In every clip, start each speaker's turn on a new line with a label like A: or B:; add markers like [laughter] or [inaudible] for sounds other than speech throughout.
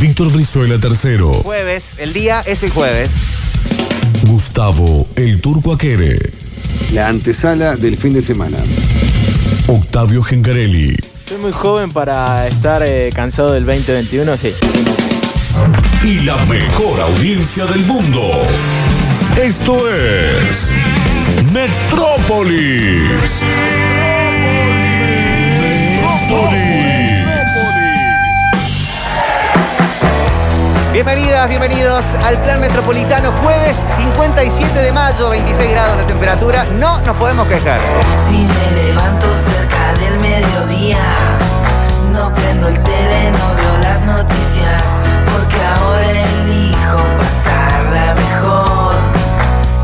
A: Víctor Brizuela III,
B: Jueves, el día es el jueves.
A: Gustavo El Turco Aquere,
C: La antesala del fin de semana.
A: Octavio Gencarelli,
D: Soy muy joven para estar eh, cansado del 2021, sí.
A: y la mejor audiencia del mundo. Esto es Metrópolis. Metrópolis.
B: Bienvenidas, bienvenidos al Plan Metropolitano. Jueves 57 de mayo, 26 grados la temperatura. No nos podemos quejar.
E: Si me levanto cerca del mediodía, no prendo el tele, no veo las noticias, porque ahora elijo pasarla mejor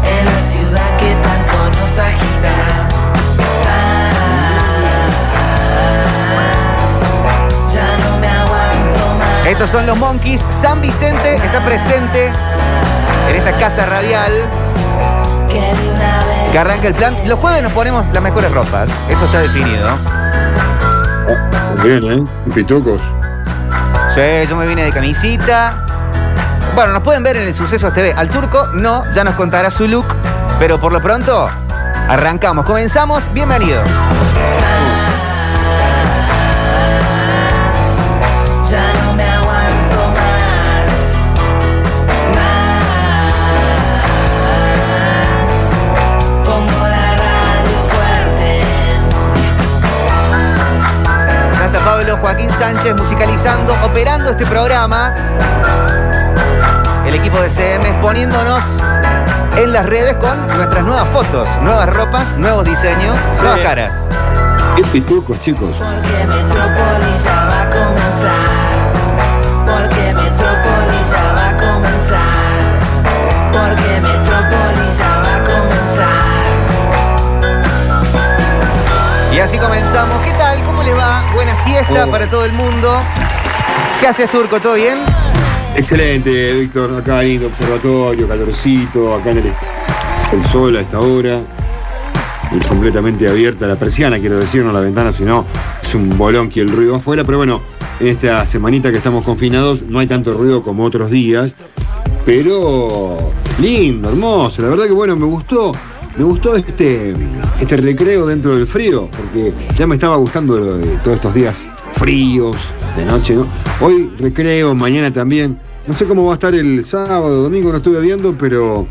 E: en la ciudad que tanto nos agita. Más, ya no me aguanto más.
B: Estos son los Monkeys. San Vicente está presente en esta casa radial
E: Que de una vez
B: que arranca el plan. Los jueves nos ponemos las mejores ropas. Eso está definido.
C: Bien, ¿eh? Pitucos.
B: Sí, yo me vine de camisita. Bueno, nos pueden ver en el Sucesos TV. Al turco, no, ya nos contará su look. Pero por lo pronto, arrancamos. Comenzamos. Bienvenidos.
E: Ya no me aguanto más, más. Pongo la radio fuerte.
B: Hasta Pablo Joaquín Sánchez musicalizando, operando este programa. El equipo de CM exponiéndonos en las redes con nuestras nuevas fotos, nuevas ropas, nuevos diseños, nuevas caras.
C: Qué pitucos, chicos.
E: Porque Metrópolis ya va a comenzar. Porque Metrópolis ya va a comenzar. Porque Metrópolis ya va a comenzar.
B: Y así comenzamos. ¿Qué tal? ¿Cómo les va? Buena siesta
C: Oh.
B: para todo el mundo. ¿Qué haces, Turco? ¿Todo bien?
C: Excelente, Víctor. Acá en el observatorio, calorcito, acá en el, el sol a esta hora. Y completamente abierta la persiana, quiero decir, no la ventana, sino es un bolón que el ruido afuera. Pero bueno, en esta semanita que estamos confinados no hay tanto ruido como otros días. Pero lindo, hermoso. La verdad que bueno, me gustó. Me gustó este, este recreo dentro del frío, porque ya me estaba gustando lo de todos estos días fríos de noche, ¿no? Hoy recreo, mañana también. No sé cómo va a estar el sábado, domingo, no estuve viendo, pero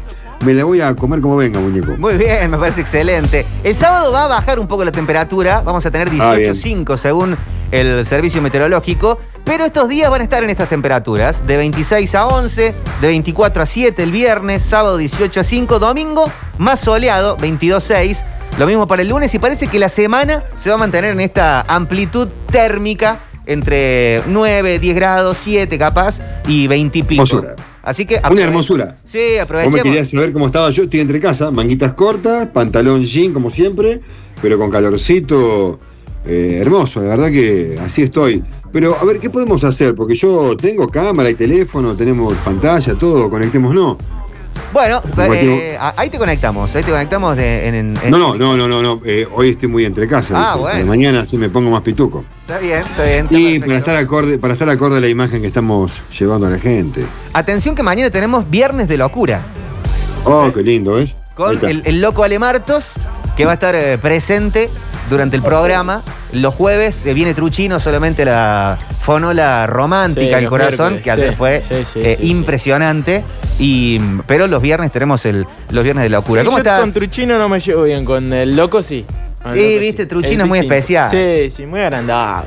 C: me la voy a comer como venga, muñeco.
B: Muy bien, me parece excelente. El sábado va a bajar un poco la temperatura, vamos a tener
C: Ah, bien.
B: 18.5 según el servicio meteorológico, pero estos días van a estar en estas temperaturas, de 26 a 11, de 24 a 7 el viernes, sábado 18 a 5, domingo más soleado, 22 a 6, lo mismo para el lunes y parece que la semana se va a mantener en esta amplitud térmica entre 9, 10 grados, 7 capaz y 20 y pico.
C: Hermosura.
B: Así que
C: Una hermosura.
B: Sí,
C: Vos me
B: aprovechemos.
C: querías saber cómo estaba yo, estoy entre casa, manguitas cortas, pantalón jean como siempre, pero con calorcito eh, hermoso, la verdad que así estoy. Pero a ver, ¿qué podemos hacer? Porque yo tengo cámara y teléfono, tenemos pantalla, todo, conectemos, no.
B: Bueno,
C: cualquier-
B: eh, a- ahí te conectamos, ahí te conectamos de- en, en- en-
C: No, no, no, no, no, no, eh, hoy estoy muy entre casa.
B: Eh, Ah,
C: ¿viste?
B: bueno.
C: De mañana sí me pongo más pituco.
B: Está bien, está bien. está
C: Y
B: perfecto.
C: para estar acorde, para estar acorde a la imagen que estamos llevando a la gente.
B: Atención que mañana tenemos Viernes de Locura
C: Oh, qué lindo, ¿ves? Ahí
B: con
C: está.
B: el, el loco Alemartos que va a estar eh, presente durante el programa. Los jueves eh, viene Truchino, solamente la fonola romántica,
D: Sí,
B: el
D: los
B: corazón,
D: miércoles,
B: que ayer
D: sí,
B: fue
D: sí, sí,
B: eh,
D: sí, sí.
B: impresionante. Y, mm, pero los viernes tenemos el, los Viernes de Locura.
D: Sí,
B: ¿Cómo
D: yo
B: estás?
D: Con Truchino no me llevo bien, con el loco sí. Con el
B: Y,
D: loco
B: viste, Truchino es muy
D: distinto.
B: especial.
D: Sí, sí, muy agrandado.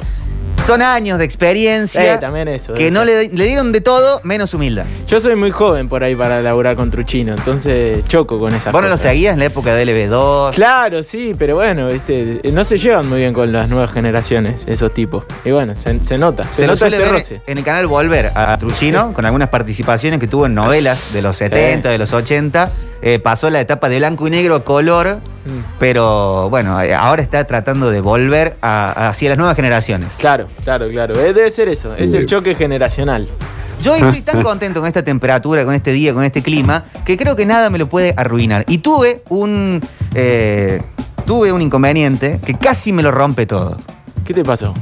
B: Son años de experiencia
D: Eh, también eso,
B: que
D: eso.
B: no le, le dieron de todo menos humildad.
D: Yo soy muy joven por ahí para laburar con Truchino, entonces choco con esas
B: Vos no lo
D: cosas.
B: seguías en la época de LB2.
D: Claro, sí, pero bueno, viste, eh, no se llevan muy bien con las nuevas generaciones, esos tipos. Y bueno, se, se nota, se,
B: Se lo
D: nota
B: suele
D: ese
B: ver
D: roce.
B: en el canal Volver a Truchino, con algunas participaciones que tuvo en novelas de los 70, de los 80. Eh, pasó la etapa de blanco y negro, color,
D: Mm.
B: pero bueno, eh, ahora está tratando de volver a- hacia las nuevas generaciones.
D: Claro, claro, claro. Eh, Debe ser eso, es el choque generacional. [laughs]
B: Yo estoy tan contento con esta temperatura, con este día, con este clima, que creo que nada me lo puede arruinar. Y tuve un, eh, tuve un inconveniente que casi me lo rompe todo.
D: ¿Qué te pasó?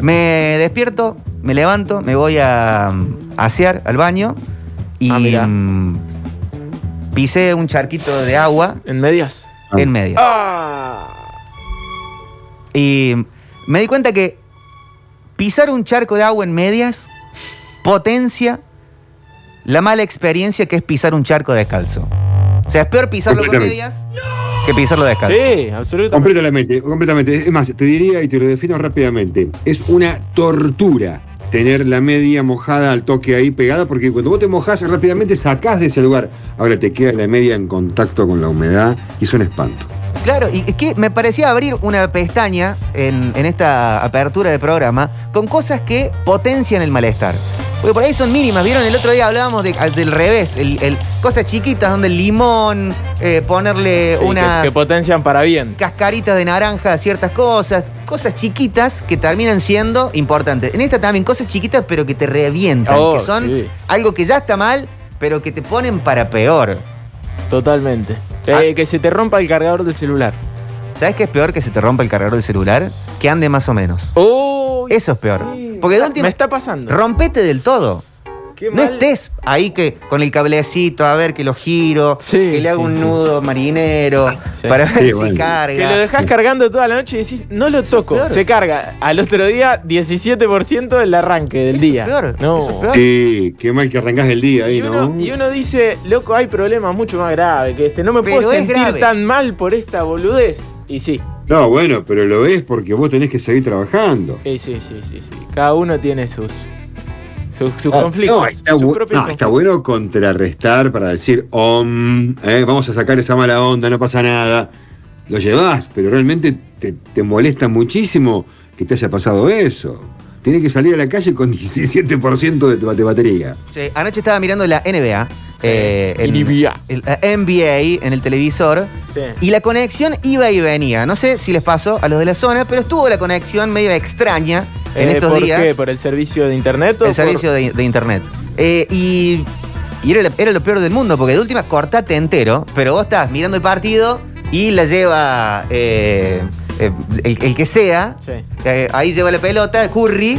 B: Me despierto, me levanto, me voy a mm, asear al baño y
D: Ah, mirá.
B: mm, pisé un charquito de agua
D: ¿En medias?
C: Ah.
B: en medio.
D: Ah.
B: Y me di cuenta que pisar un charco de agua en medias potencia la mala experiencia que es pisar un charco descalzo. O sea, es peor pisarlo con
C: Completamente.
B: medias que pisarlo descalzo.
D: Sí, absolutamente.
C: Completamente, completamente. Es más, te diría y te lo defino rápidamente. Es una tortura tener la media mojada al toque ahí pegada, porque cuando vos te mojás rápidamente sacás de ese lugar. Ahora te queda la media en contacto con la humedad y es un espanto.
B: Claro, y es que me parecía abrir una pestaña en, en esta apertura de programa con cosas que potencian el malestar. Porque por ahí son mínimas, ¿vieron? El otro día hablábamos de- al- del revés, el- el- cosas chiquitas donde el limón, eh, ponerle
D: Sí, que-
B: unas
D: que, potencian para bien.
B: cascaritas de naranja a ciertas cosas, cosas chiquitas que terminan siendo importantes. En esta también cosas chiquitas pero que te revientan,
D: Oh,
B: que son
D: sí.
B: algo que ya está mal, pero que te ponen para peor.
D: Totalmente.
B: Ah.
D: Eh, que se te rompa el cargador del celular.
B: ¿Sabes qué es peor que se te rompa el cargador del celular? Que ande más o menos.
D: Uy,
B: Eso es peor. Porque de
D: Ah,
B: última-
D: Me está pasando.
B: Rompete del todo.
D: Qué
B: No
D: mal.
B: estés ahí que con el cablecito, a ver que lo giro,
D: Sí,
B: que le hago
D: sí,
B: un
D: sí.
B: nudo marinero,
D: Sí.
B: para ver
C: Sí,
B: si
C: bueno.
B: carga.
D: Que lo dejás cargando toda la noche y decís, no lo toco.
B: peor.
D: Se carga. Al otro día, 17% del arranque del
B: Eso es
D: día.
B: peor,
D: No.
B: eso es peor.
C: Sí, qué mal que arrancás el día ahí,
D: ¿Ah? Y
C: ¿no?
D: uno, y uno dice, loco, hay problemas mucho más graves que este. No me
B: Pero
D: puedo
B: es
D: sentir
B: grave.
D: tan mal por esta boludez. Y sí,
C: No, bueno, pero lo es porque vos tenés que seguir trabajando.
D: y sí, sí, sí, sí. Cada uno tiene sus, sus, sus
C: Ah,
D: conflictos.
C: No, está,
D: sus
C: bu-
D: propios
C: no, está
D: conflictos.
C: bueno contrarrestar para decir, "Om, eh, vamos a sacar esa mala onda, no pasa nada. Lo llevas, pero realmente te, te molesta muchísimo que te haya pasado eso. Tienes que salir a la calle con [laughs] 17% de tu de batería.
B: Sí, anoche estaba mirando la NBA. eh, en-
D: NBA.
B: el- la NBA en el televisor.
D: Sí.
B: Y la conexión iba y venía. No sé si les pasó a los de la zona, pero estuvo la conexión medio extraña en
D: Eh,
B: estos
D: ¿Por
B: días.
D: qué? ¿Por el servicio de internet o
B: el servicio de, de internet. Eh, y y era, la- era lo peor del mundo, porque de última cortate entero, pero vos estás mirando el partido y la lleva eh, eh, el, el que sea.
D: por...? Sí.
B: Eh, ahí lleva la pelota, Curry.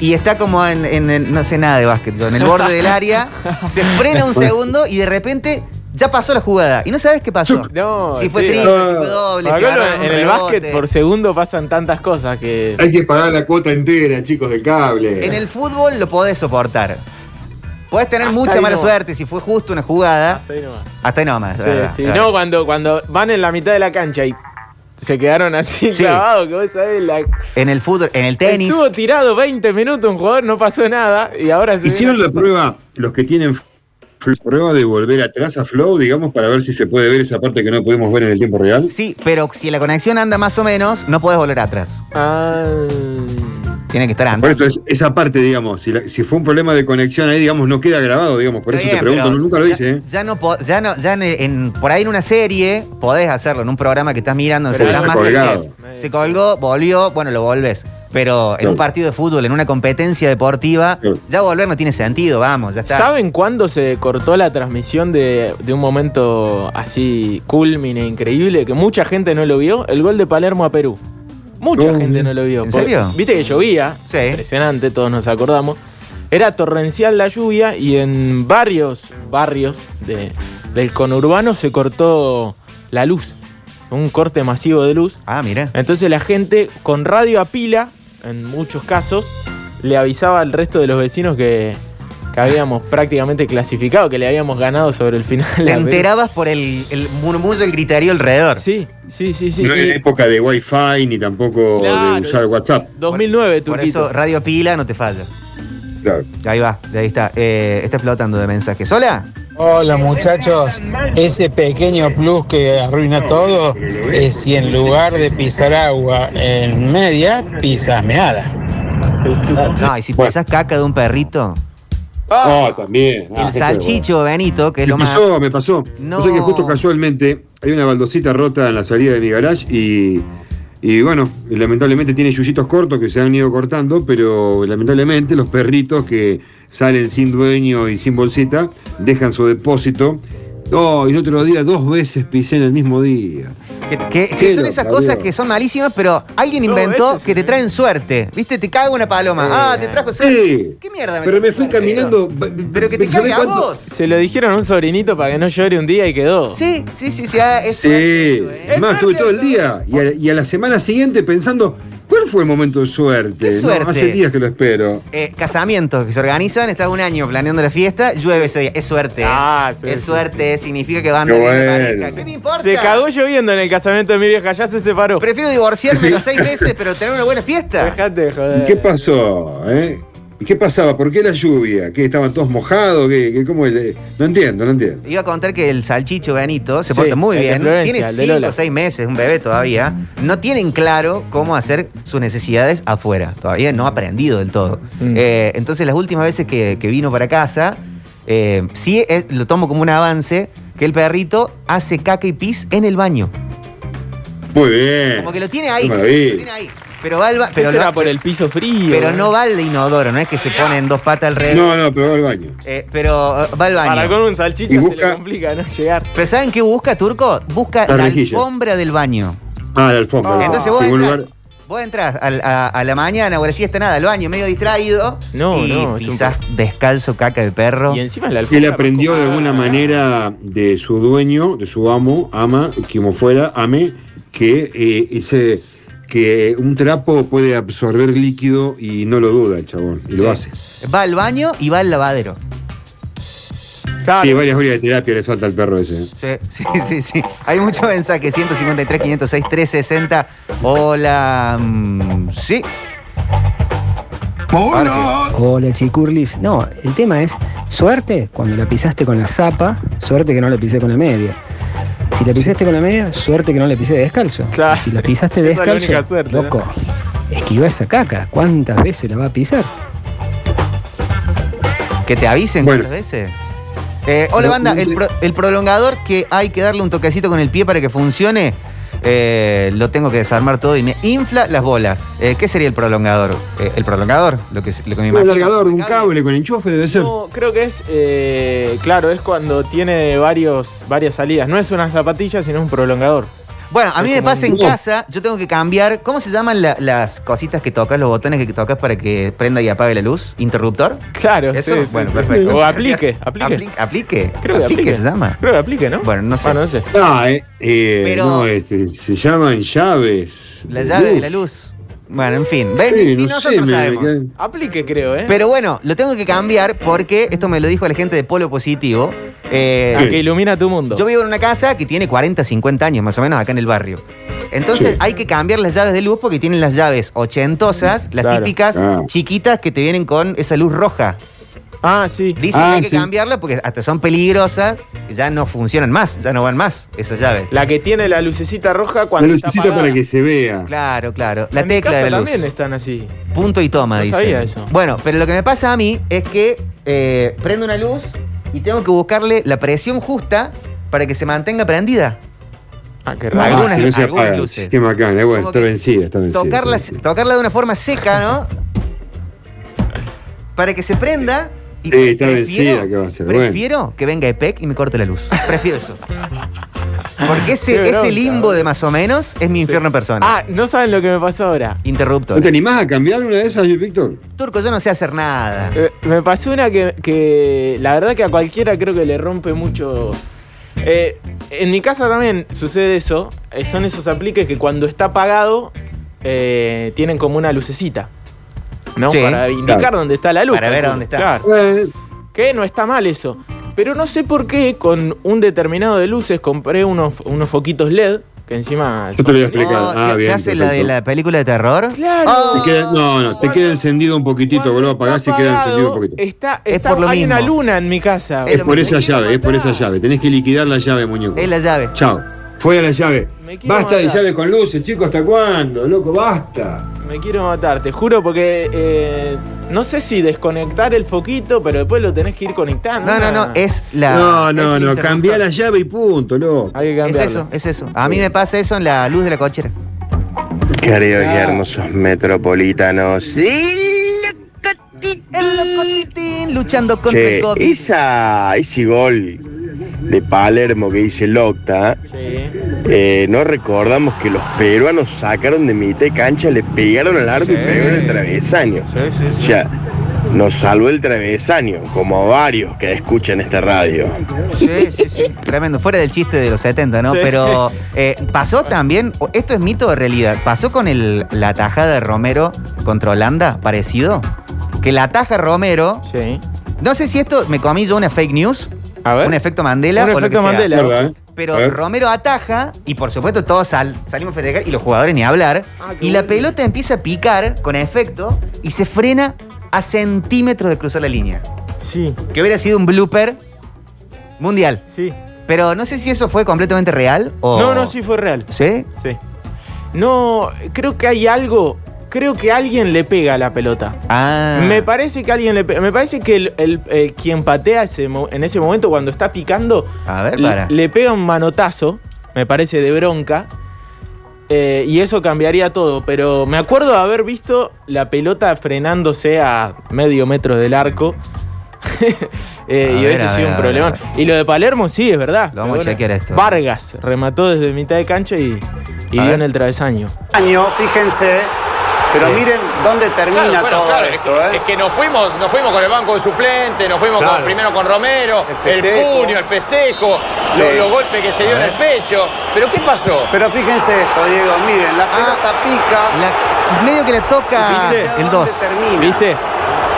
B: Y está como en, en- en- no sé nada de básquet, yo, en el borde del área.
D: [laughs]
B: Se frena un segundo y de repente ya pasó la jugada. Y no sabes qué pasó.
D: No,
B: si fue
D: sí.
B: triple, si fue doble, si
D: Acá lo-
B: agarraron un
D: en el
B: rebote.
D: básquet por segundo pasan tantas cosas que...
C: Hay que pagar la cuota entera, chicos, del cable.
B: En el fútbol lo podés soportar. Podés tener
D: Hasta
B: mucha
D: ahí
B: mala
D: nomás.
B: suerte si fue justo una jugada.
D: Hasta ahí nomás.
B: Hasta ahí nomás.
D: Sí,
B: ¿verdad?
D: sí.
B: ¿verdad?
D: No, cuando, cuando van en la mitad de la cancha y se quedaron así
B: Sí.
D: clavados, que vos sabés, la...
B: En el fútbol, en el tenis.
D: estuvo tirado 20 minutos un jugador, no pasó nada y ahora se...
C: Hicieron la prueba, los que tienen fl- prueba de volver atrás a Flow, digamos, para ver si se puede ver esa parte que no pudimos ver en el tiempo real.
B: Sí, pero si la conexión anda más o menos, no podés volver atrás.
D: Ah,
B: Tiene que estar
C: Por
B: andando.
C: eso es- esa parte, digamos, si, la- si fue un problema de conexión ahí, digamos, no queda grabado, digamos, por eso
B: Está
C: te
B: bien,
C: pregunto,
B: pero
C: no, nunca lo
B: ya-
C: hice, ¿eh?
B: Ya no, po- ya no, ya en, en- por ahí en una serie podés hacerlo, en un programa que estás mirando, en
D: Pero
B: celular
D: ya
B: más
D: está
C: colgado.
B: Se colgó, volvió, bueno, lo volvés. Pero en
C: Claro.
B: un partido de fútbol, en una competencia deportiva,
C: Claro.
B: ya volver no tiene sentido, vamos, ya está.
D: ¿Saben cuándo se cortó la transmisión de, de un momento así culmine, increíble, que mucha gente no lo vio? El gol de Palermo a Perú. Mucha
C: No.
D: gente no lo vio.
B: ¿En
D: porque-
B: serio?
D: Viste que llovía,
B: Sí.
D: impresionante, todos nos acordamos. Era torrencial la lluvia y en varios barrios de- del conurbano se cortó la luz. Un corte masivo de luz.
B: Ah, mira.
D: Entonces la gente con radio a pila, en muchos casos, le avisaba al resto de los vecinos que, que que habíamos prácticamente clasificado, que le habíamos ganado sobre el final. [laughs]
B: Te
D: a Perú.
B: enterabas por el, el murmullo, el gritarío alrededor.
D: Sí, sí, sí, sí.
C: No eh,
D: sí.
C: era época de Wi-Fi ni tampoco
D: Claro.
C: de usar WhatsApp.
D: 2009,
B: Por
D: Turquito.
B: eso, Radio Pila no te falla.
C: Claro.
B: Ahí va, ahí está. Eh, está explotando de mensajes. ¿Hola?
F: Hola muchachos, ese pequeño plus que arruina todo es si en lugar de pisar agua en media, pisas meada.
B: No, y si
C: Bueno.
B: pisás caca de un perrito.
C: Ah, también. Ah,
B: el salchicho Benito, que es
C: Me
B: lo más.
C: pasó, me pasó.
B: No.
C: No. sé que justo casualmente hay una baldosita rota en la salida de mi garage y, y bueno, lamentablemente tiene yuyitos cortos que se han ido cortando, pero lamentablemente los perritos que salen sin dueño y sin bolsita dejan su depósito. No, y el otro día dos veces pisé en el mismo día.
B: Que, que- que
C: Sí,
B: son
C: lo
B: esas
C: sabía.
B: cosas que son malísimas, pero alguien
D: No,
B: inventó
D: ese sí eh.
B: que te
D: me-
B: traen suerte. ¿Viste? Te cago una paloma.
D: Eh.
B: Ah, te trajo suerte.
C: Sí,
B: ¿Qué mierda?
C: pero me fui
B: trajo eso?
C: caminando.
B: Pero que te
C: ¿sabés
B: caiga a
C: cuánto?
B: vos.
D: Se lo dijeron a un sobrinito para que no llore un día y quedó.
B: Sí, sí, sí, sí. ah, es
C: Sí,
B: suerte eso, eh.
C: es más,
B: Es
C: estuve
B: suerte
C: todo el
B: eso.
C: día y a, y a la semana siguiente pensando, ¿cuál fue el momento de suerte?
B: ¿Qué
C: No,
B: suerte?
C: hace días que lo espero.
B: Eh, casamientos que se organizan, estás un año planeando la fiesta, llueve ese día. Es suerte. eh.
D: Ah, sí,
B: es
D: sí,
B: suerte, significa que van
C: Qué
B: a tener
C: bueno.
B: pareja. ¿Qué me importa?
D: Se cagó lloviendo en el casamiento de mi vieja, ya se separó.
B: Prefiero divorciarme a los seis meses, pero tener una buena fiesta.
D: Dejate de joder.
C: ¿Y ¿Qué pasó? eh? ¿Y ¿Qué pasaba? ¿Por qué la lluvia? ¿Qué estaban todos mojados? ¿Qué, qué- cómo el- no entiendo, no entiendo.
B: Iba a contar que el salchicho Benito se
D: Sí,
B: porta muy
D: el de
B: bien.
D: Florencia,
B: Tiene
D: el de
B: 5
D: Lola.
B: o 6 meses, un bebé todavía. No tienen claro cómo hacer sus necesidades afuera. Todavía no ha aprendido del todo.
D: Mm.
B: Eh, entonces, las últimas veces que, que vino para casa, eh, sí eh, lo tomo como un avance que el perrito hace caca y pis en el baño.
C: Muy bien.
B: Como que lo tiene ahí.
C: Qué
B: Lo
C: maravilla.
B: tiene ahí. Pero va al ba-
D: Pero
B: pero, lo-
D: será por el piso frío.
B: pero no
D: eh?
B: va al inodoro, no es que se pone en dos patas al revés.
C: No, no, pero va al baño.
B: Eh, pero eh, va al baño.
D: Para con un salchicha
C: Y
D: se le
C: busca-
D: complica no llegar.
B: ¿Pero saben qué busca, Turco? Busca
C: La
B: la
C: rejilla.
B: alfombra del baño.
C: Ah, la alfombra.
D: Ah.
B: Entonces vos
C: En un
B: entras,
C: lugar-
B: vos entras al- a, a la mañana o a la siesta, nada, al baño medio distraído
D: No,
B: y
D: no, es un
B: pisás descalzo caca de perro.
D: Y encima la alfombra.
C: Él aprendió de
D: Ah,
C: alguna manera de su dueño, de su amo, ama, como fuera, ame, que eh, ese que un trapo puede absorber líquido y no lo duda el chabón, y lo hace.
B: Va al baño y va al lavadero.
D: Claro.
C: Y varias horas de terapia le falta al perro ese. ¿eh?
B: Sí, sí, [laughs] sí, sí. Hay mucho mensaje, 153, 506, 360. Hola. mm, sí. Ahora sí.
G: Hola Chicurlis. No, el tema es suerte cuando la pisaste con la zapa, suerte que no la pisé con la media. Si la pisaste con la media, suerte que no la pisé descalzo.
D: Claro.
G: Si la pisaste
D: [laughs] Esa es la
G: descalzo,
D: única suerte, ¿no?
G: loco, esquiva esa caca. ¿Cuántas veces la va a pisar?
B: Que te avisen
C: Bueno.
B: cuántas veces. Eh, hola, banda. El, pro- el prolongador que hay que darle un toquecito con el pie para que funcione, eh, lo tengo que desarmar todo y me infla las bolas. Eh, ¿Qué sería el prolongador? Eh, ¿El prolongador? Lo que, lo que me
C: Un
B: imagino.
C: alargador, un cable con enchufe debe ser.
D: No, creo que es, eh, claro, es cuando tiene varios, varias salidas. No es una zapatilla, sino un prolongador.
B: Bueno, a mí
D: Es
B: me
D: como
B: pasa
D: un
B: en
D: tubo.
B: casa, yo tengo que cambiar. ¿Cómo se llaman la- las cositas que tocas, los botones que tocas para que prenda y apague la luz? ¿Interruptor?
D: Claro,
B: ¿Eso?
D: sí, sí,
B: bueno,
D: sí.
B: perfecto.
D: O aplique, aplique.
B: Aplique. Aplique,
D: Creo que aplique.
B: se llama.
D: Creo que aplique, ¿no?
B: Bueno, no sé.
D: Bueno, no sé.
C: Ah, eh, eh,
B: Pero-
C: no, este, se llaman llaves.
B: La llave de la luz. Bueno, en fin. Ven,
C: Sí,
B: ni- ni
C: no
B: nosotros
C: sé, me-
B: sabemos.
C: que-
D: Aplique, creo, ¿eh?
B: Pero bueno, lo tengo que cambiar porque esto me lo dijo la gente de Polo Positivo. Eh,
D: Ah, que ilumina tu mundo.
B: Yo vivo en una casa que tiene 40, 50 años más o menos acá en el barrio. Entonces
C: Sí.
B: hay que cambiar las llaves de luz porque tienen las llaves ochentosas, las
D: Claro.
B: típicas
C: Ah.
B: chiquitas que te vienen con esa luz roja.
D: Ah, sí.
B: Dicen
C: Ah,
B: que hay que
C: sí.
B: cambiarlas porque hasta son peligrosas, ya no funcionan más, ya no van más esas llaves.
D: La que tiene la lucecita roja
C: La
D: cuando está
C: lucecita para
D: apagada.
C: que se vea.
B: Claro, claro. La
D: en mi
B: tecla
D: casa
B: de la luz.
D: también están así.
B: Punto y toma,
D: No
B: dice.
D: sabía eso.
B: Bueno, pero lo que me pasa a mí es que eh, prendo una luz y tengo que buscarle la presión justa para que se mantenga prendida.
D: Ah, qué
C: Ah,
D: raro.
B: Algunas-
C: si no se
B: algunas
C: apaga.
B: luces.
C: Qué macana, bueno,
B: Como
C: está
B: que
C: vencida, está vencida.
B: Tocarla,
C: está vencida.
B: tocarla de una forma seca, ¿no? Para que se prenda. Y
C: Sí, está vencida, ¿qué va a hacer? Bueno.
B: Prefiero que venga EPEC y me corte la luz. Prefiero eso. Porque ese,
D: Qué
B: ese
D: bronca,
B: limbo de más o menos es mi infierno en persona.
D: Ah, no saben lo que me pasó ahora.
C: ¿No
B: Interruptor.
C: te animás a cambiar una de esas, Víctor?
B: Turco, yo no sé hacer nada.
D: Eh, me pasó una que, que la verdad que a cualquiera creo que le rompe mucho. Eh, en mi casa también sucede eso. Eh, son esos apliques que cuando está apagado eh, tienen como una lucecita. ¿No?
B: Sí.
D: Para indicar
C: Claro.
D: dónde está la luz.
B: Para ver dónde está.
D: Claro.
C: Eh,
D: Que no está mal eso. Pero no sé por qué con un determinado de luces compré unos, unos foquitos LED, que encima...
C: Yo te lo
D: son
C: voy a
D: felices.
C: explicar. Ah,
B: ¿Qué- ¿Qué
C: bien,
B: hace la de
C: perfecto.
B: la película de terror?
D: Claro.
B: Ah,
C: Te queda- no, no, te queda encendido un poquitito,
D: Cuando
C: vos lo apagás y
D: está
C: queda
D: apagado,
C: encendido un poquito.
D: Está,
B: Es
D: está-
B: por lo
D: hay una
B: mismo.
D: luna en mi casa.
B: Es
C: Es por
D: Me
C: esa
D: quiero
C: llave, es por esa
D: matar.
C: llave. Tenés que liquidar la llave, muñeco.
B: Es la llave.
C: Chao. Fuera la llave.
D: Me quiero
C: Basta de
D: matar.
C: llave con luces, chicos, ¿hasta cuándo? Loco, basta.
D: Me quiero matar, te juro, porque eh, no sé si desconectar el foquito, pero después lo tenés que ir conectando. Ah,
B: No, no, no, es la.
C: No,
B: es
C: no,
B: Ah, el
C: no,
B: interruptor.
C: cambiá la llave y punto, loco.
D: Hay que
B: Es
D: cambiarlo.
B: eso, es eso. A mí me pasa eso en la luz de la cochera.
H: Queridos y hermosos metropolitanos.
B: El locotitín luchando contra
H: Che,
B: el COVID.
H: esa, ese gol de Palermo que dice Locta,
D: Sí.
H: eh, no recordamos que los peruanos sacaron de mitad de cancha, le pegaron al árbitro y pegaron el travesaño. O sea, nos salvó el travesaño, como a varios que escuchan esta radio.
B: Sí, sí, sí. Tremendo. Fuera del chiste de los 70, ¿no?
D: Sí.
B: Pero eh, pasó también, o- esto es mito o realidad, pasó con el, la tajada de Romero contra Holanda, parecido. Que la taja Romero,
D: Sí.
B: no sé si esto me comí yo una fake news,
D: A ver.
B: un efecto Mandela
D: Un
B: o lo que
D: efecto
B: sea.
D: Mandela.
C: ¿Verdad?
B: Pero
C: A ver.
B: Romero ataja y por supuesto todos sal- salimos a festejar y los jugadores ni hablar.
D: Ah, qué
B: y la
D: bueno.
B: pelota empieza a picar con efecto y se frena a centímetros de cruzar la línea.
D: Sí,
B: Que hubiera sido un blooper mundial.
D: sí.
B: Pero no sé si eso fue completamente real o...
D: No, no, sí fue real.
B: ¿Sí?
D: Sí. No, creo que hay algo. Creo que alguien le pega a la pelota.
B: Ah.
D: Me parece que alguien le pega. Me parece que el, el- eh, quien patea ese mo- en ese momento cuando está picando
B: A ver,
D: le,
B: Eh, para.
D: le pega un manotazo, me parece de bronca. eh, y eso cambiaría todo, pero me acuerdo de haber visto la pelota frenándose a medio metro del arco. [laughs] Eh,
B: A
D: y
B: ver,
D: hubiese
B: a ver,
D: sido un
B: a ver,
D: problema.
B: a ver.
D: Y lo de Palermo, sí, es verdad.
B: Lo vamos
D: Pero
B: a chequear esto.
D: Vargas remató desde mitad de cancha y, y
B: A
D: dio
B: ver.
D: en el travesaño.
I: año, fíjense, pero
D: Sí.
I: miren dónde termina
J: Claro, bueno,
I: todo
J: claro, es
I: esto,
J: que,
I: ¿eh?
J: es que nos fuimos, nos fuimos con el banco de suplente, nos fuimos con, primero con Romero, el, puño, el festejo, los, los golpes que se dio en el pecho. Pero ¿qué pasó?
I: Pero fíjense esto, Diego, miren, la pelota pica.
B: La- medio que le toca
D: ¿Viste?
B: el
I: ¿dónde
B: 2.
I: termina?
D: ¿Viste?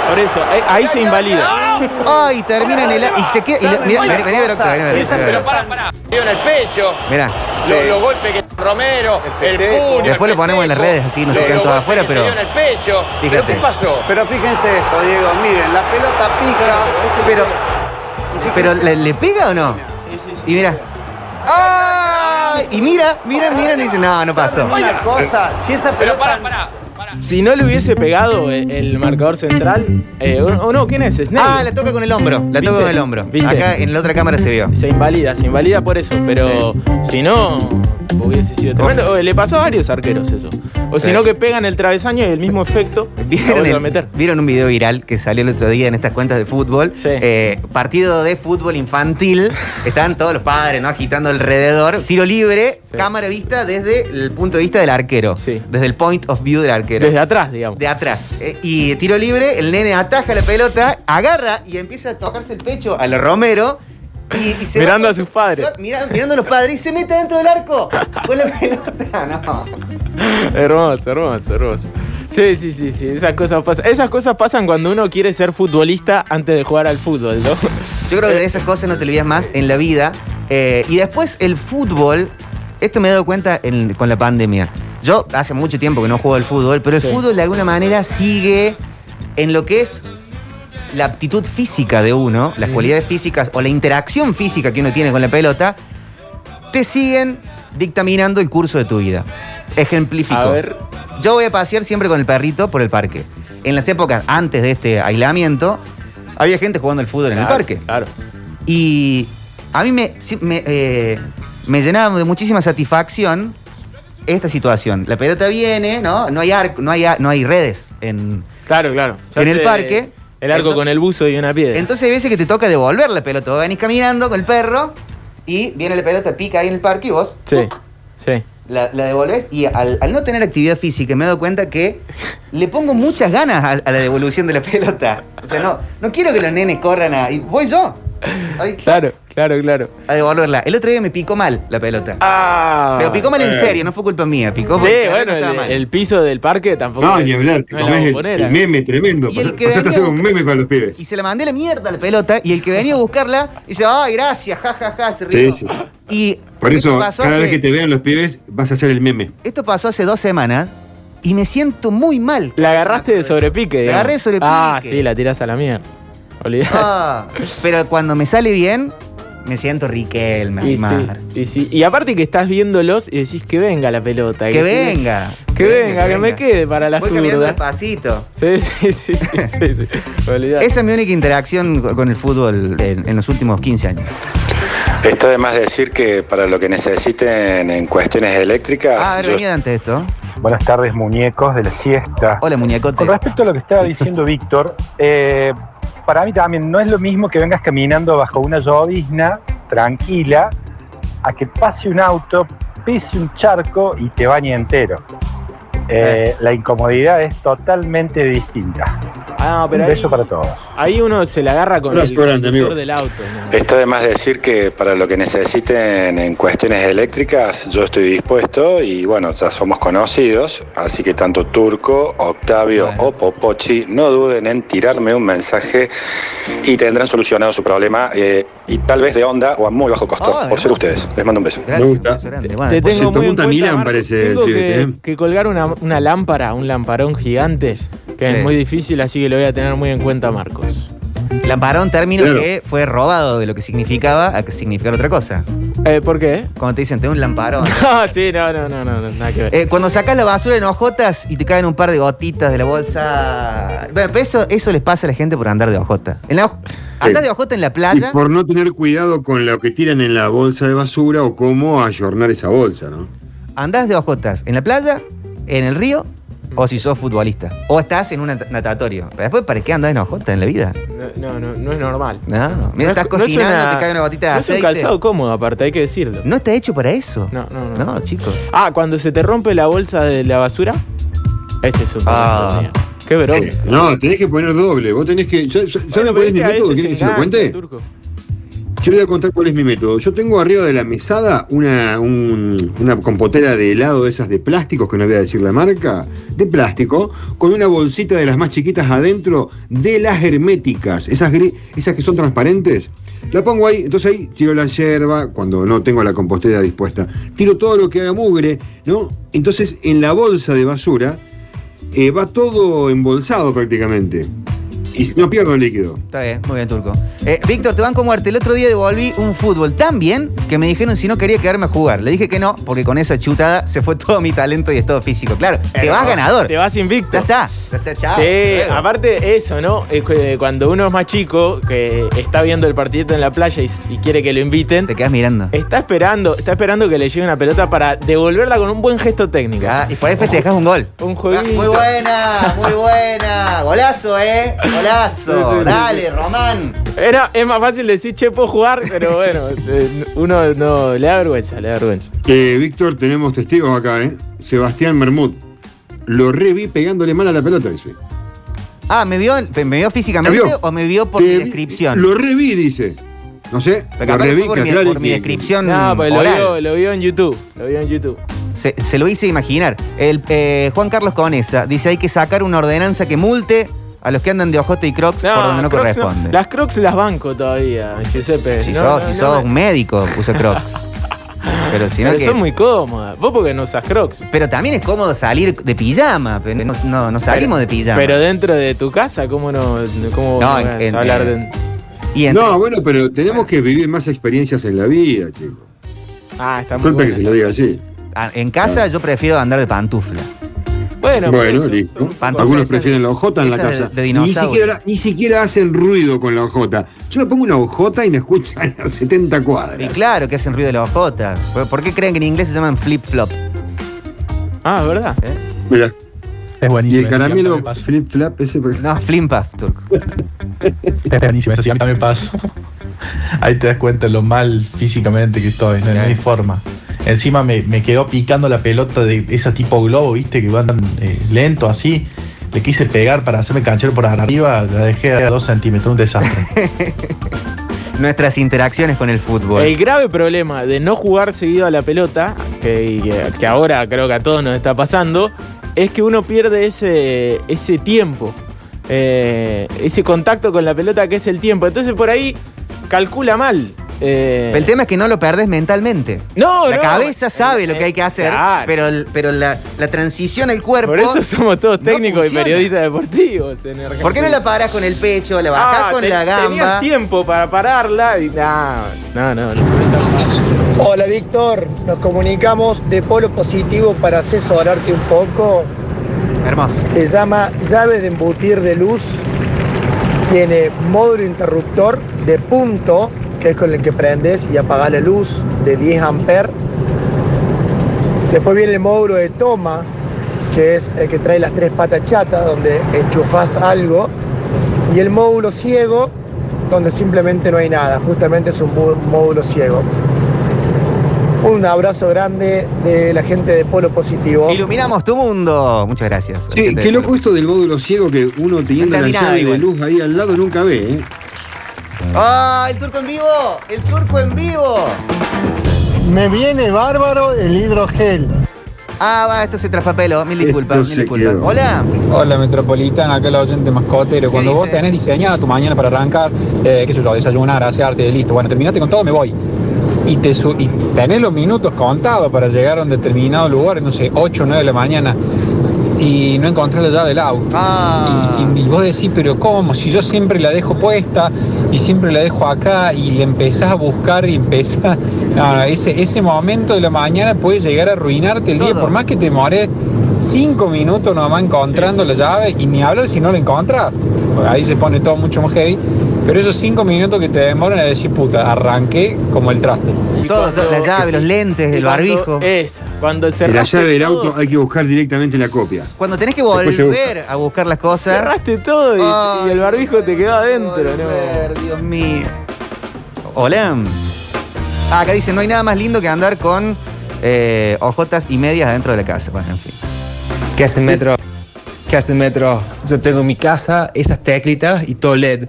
D: Por eso, ahí, ahí se invalida.
B: Ay, termina en el... Y se queda... y la- mira,
I: ¿Saben
B: vení, vení,
I: una
B: vení,
I: cosa?
B: vení,
I: Sí,
B: vení,
I: esa
B: vení,
J: Pero
B: vení.
J: pará, pará. Se dio en el pecho,
B: Mirá.
J: los, los golpes que Romero, el, puño.
B: Después
J: el
B: lo ponemos en las
J: festejo,
B: redes, así nos
J: los-
B: quedan
J: los
B: todas
J: golpes
B: afuera,
J: que
B: pero-
J: Se dio en el pecho. ¿Pero
B: Fíjate.
J: qué pasó?
I: Pero fíjense esto, Diego, miren, la pelota pica.
B: Pero, pero ¿le, le pega o no? Y mira. ¡Ay! Y mira, mira, mira, y dice, no, no pasó.
I: ¿Saben una cosa, si esa
J: Pero
I: pelota...
J: pará, pará. pará.
D: Si no le hubiese pegado eh, el marcador central. eh, o o no, ¿quién es? ¿Snell?
B: Ah, la toca con el hombro, la toca
D: ¿Viste?
B: con el hombro.
D: ¿Viste?
B: Acá en la otra cámara se vio.
D: Se invalida, se invalida por eso, pero si no, hubiese sido tremendo. O Le pasó a varios arqueros eso. O si
B: Sí.
D: no, que pegan el travesaño y el
B: [laughs]
D: mismo efecto la
B: ¿Vieron,
D: vuelven
B: el-
D: a meter.
B: vieron un video viral que salió el otro día en estas cuentas de fútbol?
D: Sí.
B: Eh, partido de fútbol infantil. Estaban todos los padres, ¿no? Agitando alrededor. Tiro libre,
D: Sí.
B: cámara vista desde el punto de vista del arquero.
D: Sí.
B: Desde el point of view del arquero.
D: Desde atrás, digamos.
B: de atrás. Eh, y tiro libre, el nene ataja la pelota, agarra y empieza a tocarse el pecho a lo Romero. Y, y se
D: Mirando a sus padres.
B: se va mira- mirando a los padres y se mete dentro del arco con la [laughs] pelota. No.
D: [laughs] hermoso, hermoso, hermoso. Sí, sí, sí, sí, esas cosas pasan. Esas cosas pasan cuando uno quiere ser futbolista antes de jugar al fútbol, ¿no?
B: Yo creo que de esas cosas no te olvidas más en la vida. Eh, y después el fútbol, esto me he dado cuenta en- con la pandemia. Yo hace mucho tiempo que no juego al fútbol, pero el
D: Sí.
B: fútbol de alguna manera sigue en lo que es la aptitud física de uno, las cualidades físicas o la interacción física que uno tiene con la pelota, te siguen dictaminando el curso de tu vida. Ejemplifico.
D: A ver.
B: Yo voy a pasear siempre con el perrito por el parque. En las épocas antes de este aislamiento, había gente jugando al fútbol [laughs] en el
D: Claro,
B: parque.
D: Claro.
B: Y a mí me, sí, me, eh, me llenaba de muchísima satisfacción esta situación. La pelota viene, ¿no? No hay arco, no hay, a- no hay redes. En...
D: Claro, claro.
B: En el
D: sé,
B: parque,
D: El arco
B: entonces-
D: con el buzo y una piedra.
B: Entonces hay veces que te toca devolver la pelota. Vos venís caminando con el perro y viene la pelota, pica ahí en el parque y vos
D: sí,
B: ¡tuc!
D: sí.
B: la, la devolvés. Y al, al no tener actividad física me he dado cuenta que le pongo muchas ganas a, a la devolución de la pelota. O sea, no, no quiero que los nenes corran a... Y voy yo. Ay,
D: Claro. Claro, claro.
B: a devolverla. El otro día me picó mal la pelota.
D: Ah.
B: Pero picó mal en
C: Eh.
B: serio, no fue culpa mía. Picó
D: Sí,
B: porque la pelota
D: bueno,
B: estaba mal.
D: el, el piso del parque tampoco.
C: No,
D: es-
C: ni hablar, te
D: no es la
C: comés el,
D: bombonera.
C: el meme tremendo.
B: Y el que
C: Pasaste a hacer
B: venía-
C: un meme con los pibes.
B: Y se la mandé a la mierda a la pelota y el que venía a buscarla dice, ay, gracias, jajaja, se rió.
C: Sí, sí.
B: Y
C: Por
B: esto
C: eso,
B: pasó
C: cada
B: hace-
C: vez que te vean los pibes, vas a hacer el meme.
B: Esto pasó hace dos semanas y me siento muy mal.
D: La agarraste de sobrepique,
B: La
D: digamos.
B: agarré de sobrepique.
D: Ah, sí, la tirás a la mía. Olvidate.
B: Ah, pero cuando me sale bien, me siento Riquelme.
D: [laughs] y,
B: Aymar.
D: sí, y sí. Y aparte que estás viéndolos y decís que venga la pelota.
B: Que venga.
D: Que venga, que me quede para la
B: Voy caminando
D: zurda.
B: despacito.
D: Sí, [laughs] sí, sí, sí, sí, sí. Olvidate.
B: Esa es mi única interacción con el fútbol en, en los últimos 15 años.
K: Está de más decir que para lo que necesiten en cuestiones eléctricas,
B: Ah, a ver,
K: yo-
B: venía antes de esto.
F: Buenas tardes, muñecos de la siesta.
B: Hola, muñecote.
F: Con respecto a lo que estaba
B: [laughs]
F: diciendo Víctor, eh, para mí también no es lo mismo que vengas caminando bajo una llovizna tranquila a que pase un auto, pise un charco y te bañe entero. Eh, La incomodidad es totalmente distinta.
D: Ah,
F: Un
D: pero ahí,
F: beso para todos.
D: ahí uno se la agarra con
C: Abrazo
D: el
C: grande,
D: conductor
C: amigo.
D: del auto. ¿no?
K: está de más decir que para lo que necesiten en cuestiones eléctricas, yo estoy dispuesto y bueno, ya somos conocidos, así que tanto Turco, Octavio o Popochi no duden en tirarme un mensaje y tendrán solucionado su problema eh, y tal vez de onda o a muy bajo costo,
B: Ah,
K: por
B: hermoso.
K: ser ustedes. Les mando un beso.
B: Gracias,
C: me gusta.
B: beso grande. Bueno,
D: Te
B: después-
C: se
D: tengo muy en
C: apunta
D: cuenta,
C: Milan,
D: Marco.
C: parece, el
D: Tengo
C: pibe,
D: que,
C: ¿eh?
D: que colgar una, una lámpara, un lamparón gigante, que
B: Sí.
D: es muy difícil, así que lo voy a tener muy en cuenta, Marcos.
B: Lamparón, término
C: Claro.
B: que fue robado de lo que significaba a que significar otra cosa.
D: Eh, ¿Por qué? [laughs]
B: Cuando te dicen, tengo un lamparón.
D: Ah, sí, no, no, no, no, no, nada que ver.
B: Eh, cuando sacas la basura en hojotas y te caen un par de gotitas de la bolsa. Bueno, pero eso, eso les pasa a la gente por andar de hojota. En la hoj- Andar de hojota en la
C: Y
B: playa.
C: por no tener cuidado con lo que tiran en la bolsa de basura o cómo ayornar esa bolsa, ¿no?
B: Andás de hojotas en la playa, en el río, o si sos futbolista. O estás en un nat- natatorio. Pero después, ¿para qué andás en hojota en la vida?
D: No, no, no, no es normal.
B: No, mira,
D: No es-
B: estás
D: no es
B: cocinando,
D: una-
B: te cae una gotita de
D: no
B: aceite.
D: Es un calzado cómodo, aparte, hay que decirlo.
B: No está hecho para eso.
D: No, no, no.
B: No, chicos.
D: Ah, cuando se te rompe la bolsa de la basura, ese es un
B: Ah.
D: problema. Qué bronca.
C: Eh, No, tenés que poner doble. Vos tenés que. yo- yo- ¿Saben
D: Bueno,
C: cuál es
D: pero
C: mi
D: que a
C: método?
D: veces
C: ¿Quieren que se lo
D: engancha,
C: cuente?
D: Turco.
C: Yo le voy a contar cuál es mi método. Yo tengo arriba de la mesada una, un- una compotera de helado de esas de plásticos, que no voy a decir la marca, de plástico, con una bolsita de las más chiquitas adentro, de las herméticas, esas, gri- esas que son transparentes. La pongo ahí, entonces ahí tiro la yerba, cuando no tengo la compostera dispuesta, tiro todo lo que haga mugre, ¿no? Entonces en la bolsa de basura eh, va todo embolsado prácticamente. Y no pierdo líquido.
B: Está bien, muy bien, Turco. Eh, Víctor, te banco a muerte. El otro día devolví un fútbol tan bien que me dijeron si no quería quedarme a jugar. Le dije que no, porque con esa chutada se fue todo mi talento y estado físico. Claro,
C: Eh,
B: te vas ganador.
D: Te vas invicto.
B: Ya está, ya está, chao.
D: Sí,
B: Luego.
D: aparte eso, ¿no? Es que Cuando uno es más chico, que está viendo el partidito en la playa y, y quiere que lo inviten,
B: Te quedas mirando.
D: está esperando, está esperando que le llegue una pelota para devolverla con un buen gesto técnico.
B: Ya, y por ahí festejas un gol.
D: Un jueguito.
B: Ah, Muy buena, muy buena. Golazo, eh.
C: Sí, sí,
B: Golazo.
C: sí.
B: Dale, Román.
D: Era- es más fácil decir, che, puedo jugar, pero bueno, eh, uno no, le da vergüenza, le da vergüenza.
C: Eh, Víctor, tenemos testigos acá, ¿eh? Sebastián Mermud. Lo reví pegándole mal a la pelota, dice.
B: Ah, ¿me vio, me vio físicamente
C: ¿Me vio?
B: o me vio por
C: Te
B: mi
C: vi-
B: descripción?
C: Lo reví, dice. No sé,
B: Pero
C: lo
B: capaz que
C: reví,
B: fue por, mi,
C: aclare
B: por mi
C: que-
B: descripción
D: No, pues lo
B: oral.
D: vio, lo vio en YouTube, lo vio en YouTube.
B: Se, se lo hice imaginar. El, eh, Juan Carlos Conesa dice hay que sacar una ordenanza que multe a los que andan de ojote y crocs por donde no
D: Crocs
B: corresponde.
D: las Crocs las banco todavía, Giuseppe.
B: Si
D: No,
B: sos,
D: no,
B: si
D: no
B: sos
D: me-
B: un médico, usa
D: [laughs]
B: crocs. pero si no
D: Pero
B: que-
D: son muy cómodas. Vos porque no usas Crocs.
B: Pero también es cómodo salir de pijama. pero No, no- no salimos de pijama.
D: Pero dentro de tu casa, ¿cómo no, cómo
B: No,
D: no
B: en-
D: vas
B: en-
D: a hablar
B: en-
D: de.?
B: y entre-
C: No, bueno, pero tenemos que vivir más experiencias en la vida, chicos.
D: Ah, está muy
C: Disculpe que
D: buena.
C: se lo diga así.
B: a- en casa yo prefiero andar de pantufla.
D: Bueno, pero
C: Bueno,
D: son-
C: listo.
D: son un poco-
B: Pantufla
C: Algunos
B: esas de-
C: prefieren la ojota en la
B: esas de-
C: casa.
B: de
C: ni,
B: dinosaurio.
C: siquiera, ni siquiera hacen ruido con la ojota. Yo me pongo una ojota y me escuchan a 70
B: Y
C: cuadras.
B: claro que hacen ruido de las ojotas. ¿Por- ¿Por qué creen que en inglés se llaman flip-flop?
D: Ah, ¿verdad?
B: Eh,
C: Mira,
F: Es
C: y
F: buenísimo.
C: el caramelo flip-flap ese.
B: No, flimpuff, turco.
F: Es buenísimo, eso sí, a mí también pasa. Ahí te das cuenta lo mal físicamente que estoy, no, no hay forma. Encima me, me quedó picando la pelota de esa tipo globo, viste, que van eh, lento así. Le quise pegar para hacerme canchero por arriba, la dejé a dos centímetros, un desastre.
B: nuestras interacciones con el fútbol.
D: El grave problema de no jugar seguido a la pelota, que, que- que ahora creo que a todos nos está pasando, es que uno pierde ese, ese tiempo, eh, ese contacto con la pelota que es el tiempo. Entonces por ahí calcula mal. eh,
B: El tema es que no lo perdés mentalmente.
D: No,
B: La
D: no. Eh,
B: cabeza sabe lo que hay que hacer,
D: Claro.
B: pero, el- pero la, la transición al cuerpo.
D: Por eso somos todos
B: no
D: técnicos y
B: funciona.
D: periodistas deportivos en Argentina.
B: ¿Por qué no la parás con el pecho, la bajás
D: Ah,
B: con
D: te-
B: la
D: Tenías
B: gamba?
D: tiempo para pararla y nah, no, no, no.
L: Hola Víctor, nos comunicamos de Polo Positivo para asesorarte un poco.
B: Hermoso.
L: Se llama llave de embutir de luz. Tiene módulo interruptor de punto, que es con el que prendes y apagas la luz de 10 amperes. Después viene el módulo de toma, que es el que trae las tres patas chatas, donde enchufás algo. Y el módulo ciego, donde simplemente no hay nada. Justamente es un bu- módulo ciego. Un abrazo grande de la gente de Polo Positivo.
B: Iluminamos tu mundo. Muchas gracias.
C: Qué, qué loco esto del módulo ciego que uno teniendo
B: No
C: la
B: entendí nada
C: llave de
B: igual.
C: luz ahí al lado nunca ve, ¿eh?
B: ¡Ah! ¡El turco en vivo! ¡El turco en vivo!
L: Me viene bárbaro el hidrogel.
B: Ah, va, esto se traspapeló. Mil disculpas,
L: Esto
B: mil
L: se
B: disculpas.
L: quedó.
B: Hola.
M: Hola Metropolitana, acá la oyente mascotero. Cuando vos tenés diseñada tu mañana para arrancar, eh, qué sé yo, desayunar, asearte, listo, bueno, terminaste con todo, me voy. Y, te su- y tenés los minutos contados para llegar a un determinado lugar, no sé, 8 o 9 de la mañana, y no encontrás la llave del auto.
B: Ah.
M: Y, y- y vos decís, pero ¿cómo? Si yo siempre la dejo puesta y siempre la dejo acá y la empezás a buscar y empezás... [laughs] No, no, ese, ese momento de la mañana puede llegar a arruinarte el día, por más que te demores cinco minutos nomás encontrando la llave y ni hablar si no la encontrás. Porque Ahí se pone todo mucho más heavy. Pero esos cinco minutos que te demoran a decir, puta, arranqué como el traste.
B: Todos, todos, la llave, los lentes, el barbijo.
D: Es, cuando
C: Y la
D: cerraste
C: llave del
D: todo,
C: auto hay que buscar directamente la copia.
B: Cuando tenés que
C: Después se busca.
B: volver a buscar las cosas.
D: cerraste todo y, y el barbijo te quedó adentro, ¿no?
B: Dios mío. Hola. Ah, acá dice, no hay nada más lindo que andar con eh, ojotas y medias adentro de la casa. Bueno, en fin.
N: ¿Qué hacen metro? ¿Qué hacen metro? Yo tengo en mi casa esas teclitas y todo LED.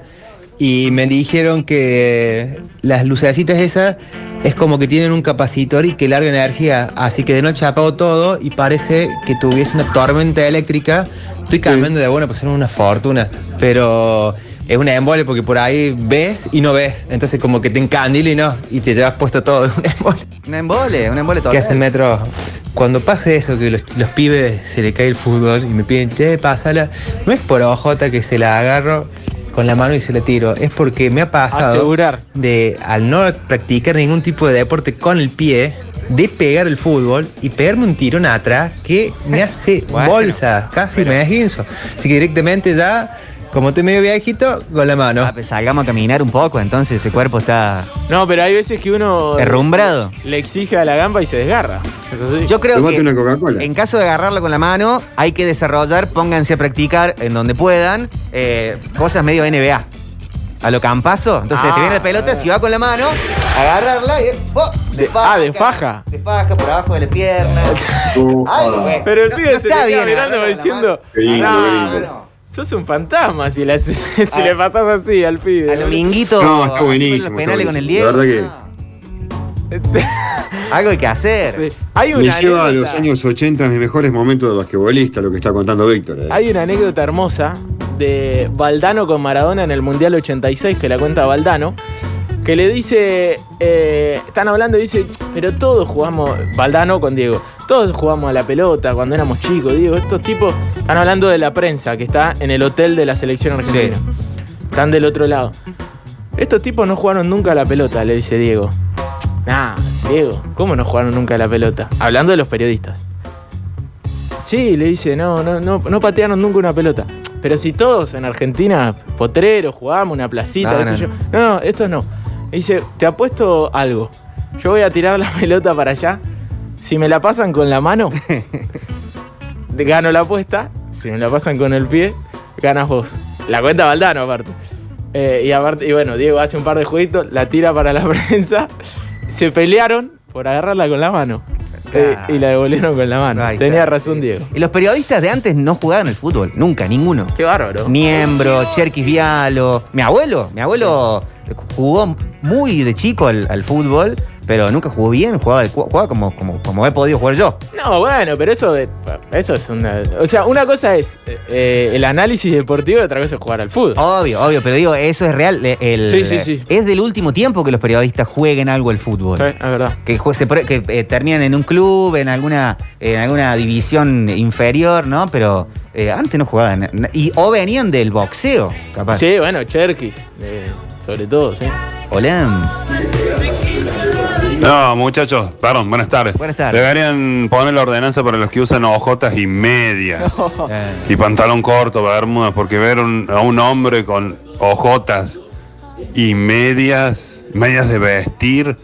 N: Y me dijeron que las lucecitas esas es como que tienen un capacitor y que larga energía. Así que de noche apago todo y parece que tuviese una tormenta eléctrica. Estoy cambiando de bueno, pues son una fortuna. Pero es una embole porque por ahí ves y no ves. Entonces como que te encandila y no. Y te llevas puesto todo. Es una embole.
B: Un embole, un embole todo.
N: ¿Qué hace el metro? Cuando pase eso, que los, los pibes se le cae el fútbol y me piden, che, pásala, no es por ojota que se la agarro con la mano y se la tiro, es porque me ha
D: Ah,
N: pasado
D: Asegurar.
N: de, al no practicar ningún tipo de deporte con el pie, de pegar el fútbol y pegarme un tirón atrás que me hace bolsa, casi me desguinzo. Así que directamente ya, como estoy medio viejito, con la mano.
B: Ah, pues salgamos a caminar un poco, entonces ese cuerpo está...
D: No, pero hay veces que uno.
B: Herrumbrado.
D: Le exige a la gamba y se desgarra.
B: Yo creo
D: Tomate
B: que
D: una Coca-Cola.
B: en caso de agarrarlo con la mano, hay que desarrollar, pónganse a practicar en donde puedan, eh, cosas medio NBA. A lo campazo. Entonces,
D: Ah,
B: te viene la pelota, si va con la mano, agarrarla y. ¡oh!
D: De- ah, de faja.
B: De faja, por abajo de la
D: [laughs]
B: pierna.
C: Oh.
B: Ay, güey.
D: Pero el
B: No-
D: pibe
B: no
D: se
B: está
D: le queda
B: bien,
D: mirando
B: agarrarla
D: diciendo.
C: Qué lindo,
D: "Ah,
C: qué lindo".
D: no, Sos un fantasma si, la- [laughs] si le pasás así al pibe. Este,
B: A lo
D: [laughs]
B: minguito.
C: No,
B: así
C: está
B: con
C: buenísimo.
B: Los penales
C: está
B: con
C: buenísimo.
B: el 10.
C: La verdad que.
B: Algo hay que hacer.
D: este, Hay
C: Me
D: una
C: lleva a los
D: anécdota.
C: años 80 mis mejores momentos de basquetbolista, lo que está contando Víctor. ¿eh?
D: Hay una anécdota hermosa de Valdano con Maradona en el Mundial 86 que la cuenta Valdano. Que le dice, eh, están hablando y dice, pero todos jugamos, Valdano con Diego, todos jugamos a la pelota cuando éramos chicos, Diego, estos tipos están hablando de la prensa que está en el hotel de la selección argentina. Están del otro lado. Estos tipos no jugaron nunca a la pelota, le dice Diego. Nah, Diego, ¿cómo no jugaron nunca a la pelota? Hablando de los periodistas. Sí, le dice, no, no, no, no patearon nunca una pelota. Pero si todos en Argentina, potrero, jugamos una placita,
B: No,
D: esto
B: no,
D: yo- no, no, estos no. Le Dice, te apuesto algo. Yo voy a tirar la [laughs] pelota para allá. Si me la pasan con la mano, gano la apuesta. Si me la pasan con el pie, ganas vos. La cuenta Valdano, aparte. Eh, y aparte, y bueno, Diego hace un par de jueguitos, la tira para la [laughs] prensa. Se pelearon por agarrarla con la mano. Eh, y la devolvieron con la mano.
B: Ahí
D: Tenía
B: está,
D: razón Diego.
B: Y los periodistas de antes no jugaban al fútbol, nunca, ninguno.
D: Qué bárbaro.
B: Niembro, Cherkis Vialo. Mi abuelo, mi abuelo jugó muy de chico al, al fútbol, pero nunca jugó bien, jugaba, de cu- jugaba como, como, como he podido jugar yo.
D: No, bueno, pero eso, eh, eso es una. O sea, una cosa es eh, eh, el análisis deportivo y otra cosa es jugar al fútbol.
B: Obvio, obvio, pero digo, eso es real. eh, el-
D: Sí, sí, sí.
B: Es del último tiempo que los periodistas jueguen algo al fútbol.
D: Sí, es verdad.
B: Que, jue- se pro- que, eh, terminan en un club, en alguna, en alguna división inferior, ¿no? Pero eh, antes no jugaban. na- Y, o venían del boxeo, capaz.
D: Sí, bueno, Cherkis, eh, sobre todo, sí.
B: Hola.
O: No, muchachos, perdón, buenas tardes.
B: Buenas tardes.
O: Deberían poner la ordenanza para los que usan hojotas y medias.
B: Oh.
O: Y pantalón corto, bermudas, porque ver un- a un hombre con hojotas y medias, medias de vestir,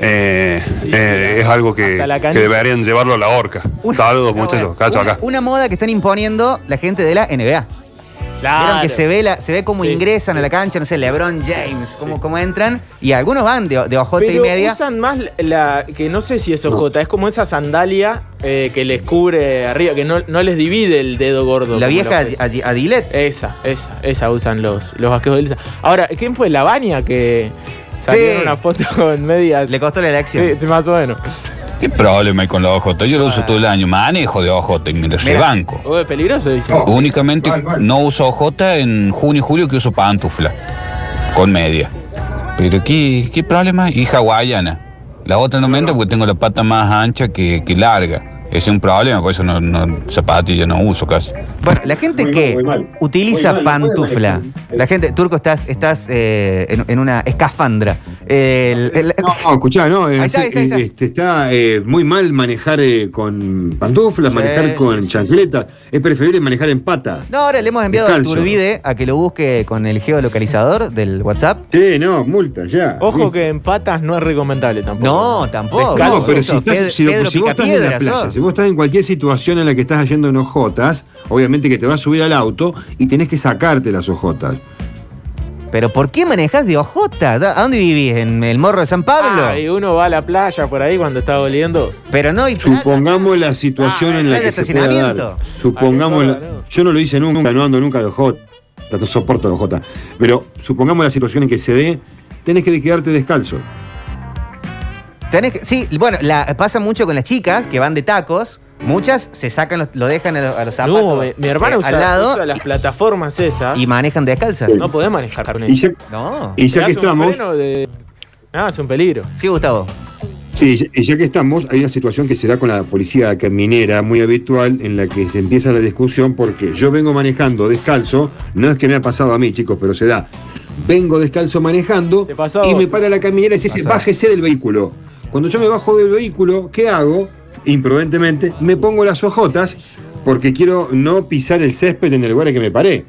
O: eh, eh, es algo que,
B: hasta la
O: que
B: canilla.
O: deberían llevarlo a la horca. Saludos, muchachos, cacho
B: Una,
O: acá.
B: una moda que están imponiendo la gente de la NBA. Vieron que se ve, la, se ve cómo ingresan a la cancha, no sé, LeBron James, cómo, cómo entran. Y algunos van de, de ojota y
D: Pero
B: media.
D: usan más la. que no sé si es OJ, es como esa sandalia eh, que les cubre arriba, que no, no les divide el dedo gordo.
B: La
D: como
B: vieja
D: los-
B: Adi- Adilet.
D: Esa, esa, esa usan los, los basquetbolistas. Ahora, ¿quién fue la baña que salió en
P: Sí.
D: una foto con medias? Le
B: costó la elección.
D: Sí, sí, más o menos.
P: ¿Qué problema hay con la OJ? Yo lo uso todo el año, manejo de OJ y me lo
D: Mira.
P: banco.
D: Oh, es peligroso, dice.
P: Únicamente no uso OJ en junio y julio que uso pantufla. Con media. Pero ¿qué, qué problema? Y hawaiana. La otra no me entra porque tengo la pata más ancha que, que larga. Ese es un problema, por eso no, no zapatilla no uso casi.
B: Bueno, la gente que utiliza
P: Muy mal, muy mal
B: pantufla.
P: elección.
B: La gente, Turco, estás, estás eh, en, en una escafandra. El- el-
C: No, escuchá, no,
B: Ahí
C: es-
B: está, ahí está, ahí está.
C: es- este, está, eh, muy mal manejar eh, con pantuflas,
B: Sí,
C: manejar con chancletas. Es preferible manejar en pata.
B: No, ahora le hemos enviado a
C: Descalzo.
B: Turbide a que lo busque con el geolocalizador del WhatsApp.
C: Sí, no, multa, ya.
D: Ojo que en patas no es recomendable tampoco.
B: No, tampoco.
C: No, pero si, estás, si lo- si vos estás en la playa,
B: sos.
C: si vos estás en cualquier situación en la que estás haciendo en ojotas, obviamente que te vas a subir al auto y tenés que sacarte las ojotas.
D: Ah,
B: Pero ¿por qué manejás de ojota? ¿A dónde vivís? ¿En el morro de San Pablo?
D: Ah, y uno va a la playa por ahí cuando está oliendo.
B: Pero no hay
C: Supongamos la situación
D: Ah,
C: en la
D: playa
C: que
D: de
C: se puede
D: estacionamiento.
C: dar. Supongamos
D: Ay,
C: la- Yo no lo hice nunca, no ando nunca de OJ. No soporto los J. Pero supongamos la situación en que se dé, tenés que quedarte descalzo.
B: Tenés que- sí, bueno, la, pasa mucho con las chicas que van de tacos. Muchas se sacan, los- lo dejan a los, a los zapatos
D: No, mi, mi hermana
B: eh,
D: usa,
B: al lado
D: usa las plataformas esas.
B: y manejan descalzas.
D: No podés manejar con
C: Y ya-
D: eso.
B: No.
C: y ya
D: Te
C: que
D: das un
C: estamos-
D: freno de- Ah, es un peligro.
B: Sí, Gustavo.
C: Sí, y ya que estamos, hay una situación que se da con la policía caminera muy habitual en la que se empieza la discusión porque yo vengo manejando descalzo, no es que me ha pasado a mí, chicos, pero se da. Vengo descalzo manejando
D: pasó a
C: y
D: vos,
C: me
D: te-
C: para la caminera y se dice,
D: Pasó.
C: bájese del vehículo. Cuando yo me bajo del vehículo, ¿qué hago? Imprudentemente, me pongo las ojotas porque quiero no pisar el césped en el lugar en que me paré.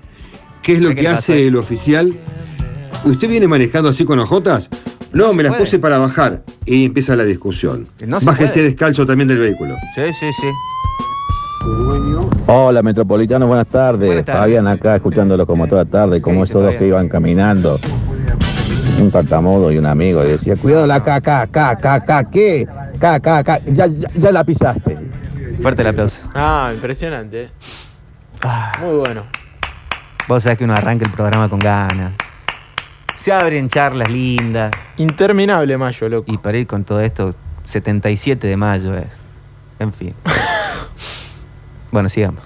C: ¿Qué es lo que hace el oficial? ¿Usted viene manejando así con ojotas? No, me las puse para bajar. Y empieza la discusión.
B: No se
C: Bájese
B: puede.
C: descalzo también del vehículo.
B: Sí, sí, sí.
Q: Hola Metropolitano, buenas tardes. Fabián acá escuchándolo como toda tarde, como esos dos que iban caminando. Un tartamudo y un amigo y decía, cuidado la caca, caca, caca, ¿qué? Caca, caca, ya, ya, ya la pisaste.
B: Fuerte el aplauso. Ah,
D: Ah, impresionante. eh. Muy bueno.
B: Vos sabés que uno arranca el programa con ganas. Se abren charlas lindas.
D: Interminable mayo, loco.
B: Y para ir con todo esto, 77 de mayo es. En
P: [laughs]
B: fin. bueno, sigamos.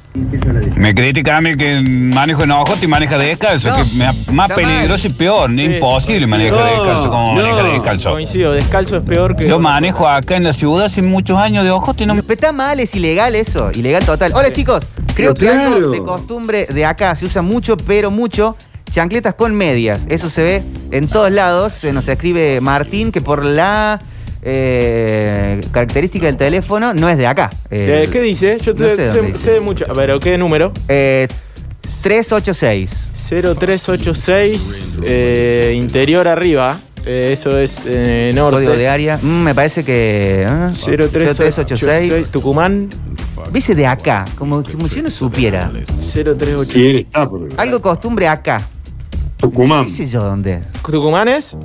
P: Me critica a mí que manejo en OJ y maneja de descalzo.
B: No,
P: que me- más
B: está
P: peligroso y peor, no es imposible manejar de descalzo como maneja de descalzo.
D: Coincido, descalzo es peor que.
P: Yo manejo acá en la ciudad hace muchos años de ojote y no me...
B: Está mal, es ilegal eso. Ilegal total. Hola, chicos. Creo
P: Pero
B: que algo
P: claro.
B: de costumbre de acá se usa mucho, pero mucho. Chancletas con medias. Eso se ve en todos lados. Se nos escribe Martín que por la eh, característica del teléfono no es de acá.
D: Eh,
B: El-
D: ¿Qué dice? Yo te,
B: no sé dónde
D: sé,
B: dice.
D: sé mucho. Pero, ¿qué número?
B: Eh, 386.
D: 0386, eh, interior arriba. Eh, eso es eh, norte.
B: Código de área. Mm, me parece que. ¿eh?
D: 03886, Tucumán.
B: Dice de acá, como, como si uno supiera.
D: 038.
C: ¿Quién está? Porque-
B: Algo costumbre acá.
C: Tucumán.
B: ¿Qué sé yo dónde es?
D: ¿Tucumán es?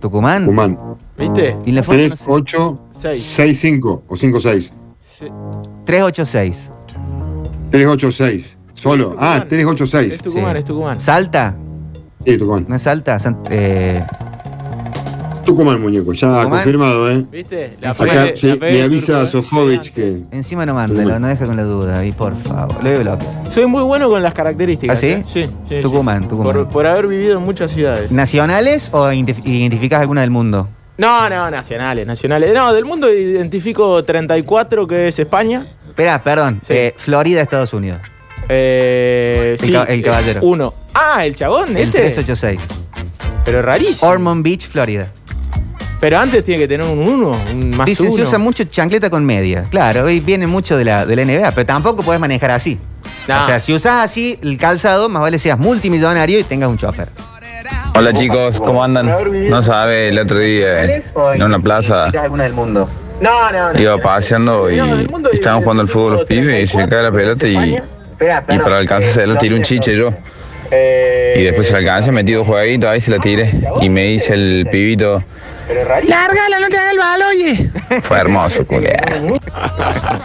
B: Tucumán.
C: Tucumán.
D: ¿Viste?
B: Y en la foto no
C: 3,
B: sé.
C: 8,
D: Seis.
C: 6, 5 o 5, 6.
B: 386.
C: 3, 8, 6. Solo. Ah, 3, 8, 6.
D: Este.
B: Sí. ¿Salta?
C: Sí, Tucumán.
B: ¿No es Salta? San- eh,
N: Tucumán, muñeco, ya confirmado, ¿eh?
D: ¿Viste?
N: Acá se- me avisa Sofovich
D: eh.
N: que.
B: Encima no mándalo, no deja con la duda, ahí por favor. Lo bloque.
D: Soy muy bueno con las características.
B: ¿Ah, sí?
D: ¿eh? Sí, sí, sí.
B: Tucumán, Tucumán.
D: Por, por haber vivido en muchas ciudades.
B: ¿Nacionales o identif- identificás alguna del mundo?
D: No, no, nacionales, nacionales. No, del mundo identifico 34, que es España.
B: Espera, perdón. Eh, Florida, Estados Unidos.
D: Eh,
B: El
D: sí,
B: ca- el
D: eh,
B: caballero.
D: Uno. Ah, el chabón,
B: El
D: este.
B: 386.
D: Pero rarísimo.
B: Ormond Beach, Florida.
D: Pero antes tiene que tener un 1, un más
B: Dicen, se
D: uno.
B: usa mucho chancleta con media. Claro, y viene mucho de la, de la NBA, pero tampoco puedes manejar así. O sea, si usás así el calzado, más vale seas multimillonario y tengas un chofer.
Q: Hola chicos, ¿cómo andan? No sabe, el otro día eh, en una plaza
B: alguna del mundo.
D: No, no, no.
Q: iba paseando y estaban jugando al fútbol los pibes y se le cae la pelota y, y para alcanzarse la tiré un chiche yo. Y después se la alcancé, metí dos jueguitos ahí se la tiré. Y me dice el pibito,
K: Lárgala, no te haga el balo,
C: [laughs]
K: oye.
Q: fue hermoso, culiao".
B: [laughs]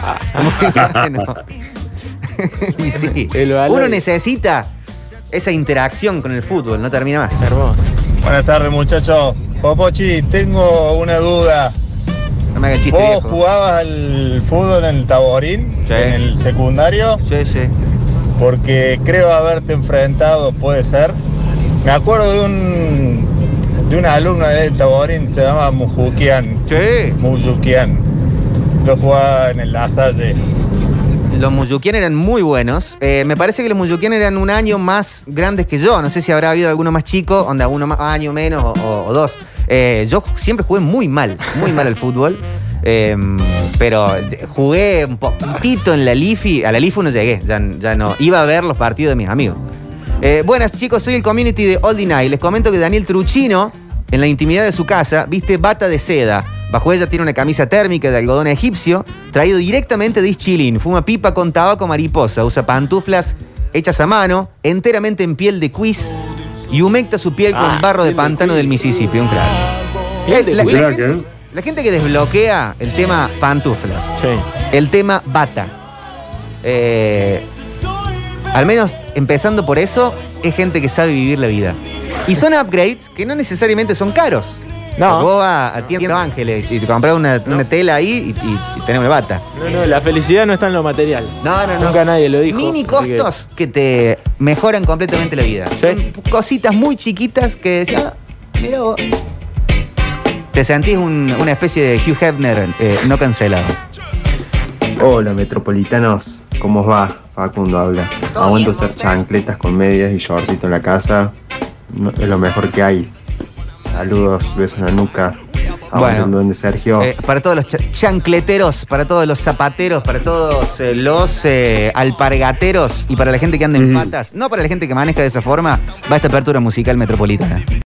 B: Y sí, uno necesita esa interacción con el fútbol, no termina más. Hermoso.
C: Buenas tardes, muchachos. Popochi, tengo una duda.
B: No me hagas chiste,
C: ¿Vos
B: viejo.
C: jugabas al fútbol en el Taborín? ¿En el secundario?
B: Sí, sí.
C: Porque creo haberte enfrentado, puede ser. Me acuerdo de un de una alumna del Taborín, se llama Mujukian.
B: Sí.
C: Mujukian. Yo jugaba en el Lasalle.
B: Los Muyuquien eran muy buenos. Eh, me parece que los Muyuquien eran un año más grandes que yo. No sé si habrá habido alguno más chico, onda uno más año menos o, o- o dos. Eh, yo ju- siempre jugué muy mal, muy mal al fútbol. [laughs] Eh, pero eh, jugué un poquitito en la Lifi. A la Lifi no llegué, ya, ya no. Iba a ver los partidos de mis amigos. Eh, buenas chicos, soy el community de All Night. Les comento que Daniel Truchino, en la intimidad de su casa, viste bata de seda. Bajo ella tiene una camisa térmica de algodón egipcio, traído directamente de Ischilín. Fuma pipa con tabaco mariposa, usa pantuflas hechas a mano, enteramente en piel de quiz, y humecta su piel con
N: Ah,
B: barro de pantano del Mississippi. Un crack.
N: Piel de
B: La- la-
N: quiz.
B: la
N: Crack,
B: gente-
N: ¿eh?
B: la gente que desbloquea el tema pantuflas, el tema bata, eh, al menos empezando por eso, es gente que sabe vivir la vida. Y son upgrades que no necesariamente son caros. No. Vos vas a Tienda Ángeles y te compras una, una tela ahí y, y- y tenés una bata.
D: No, no, la felicidad no está en lo material.
B: No, no, no.
D: Nunca nadie lo dijo.
B: Mini
D: así que-
B: costos que te mejoran completamente la vida. Son cositas muy chiquitas que decías, "Ah, mira vos. Te sentís un- una especie de Hugh Hefner eh, no cancelado.
H: Hola metropolitanos, ¿cómo os va? Facundo habla. Aguanto hacer chancletas con medias y shortcito en la casa. No- es lo mejor que hay. Saludos, besos en la nuca. Aguante
B: Bueno.
H: un duende Sergio.
B: Eh, para todos los cha- chancleteros, para todos los zapateros, para todos eh, los eh, alpargateros y para la gente que anda en patas, no para la gente que maneja de esa forma, va esta apertura musical metropolitana.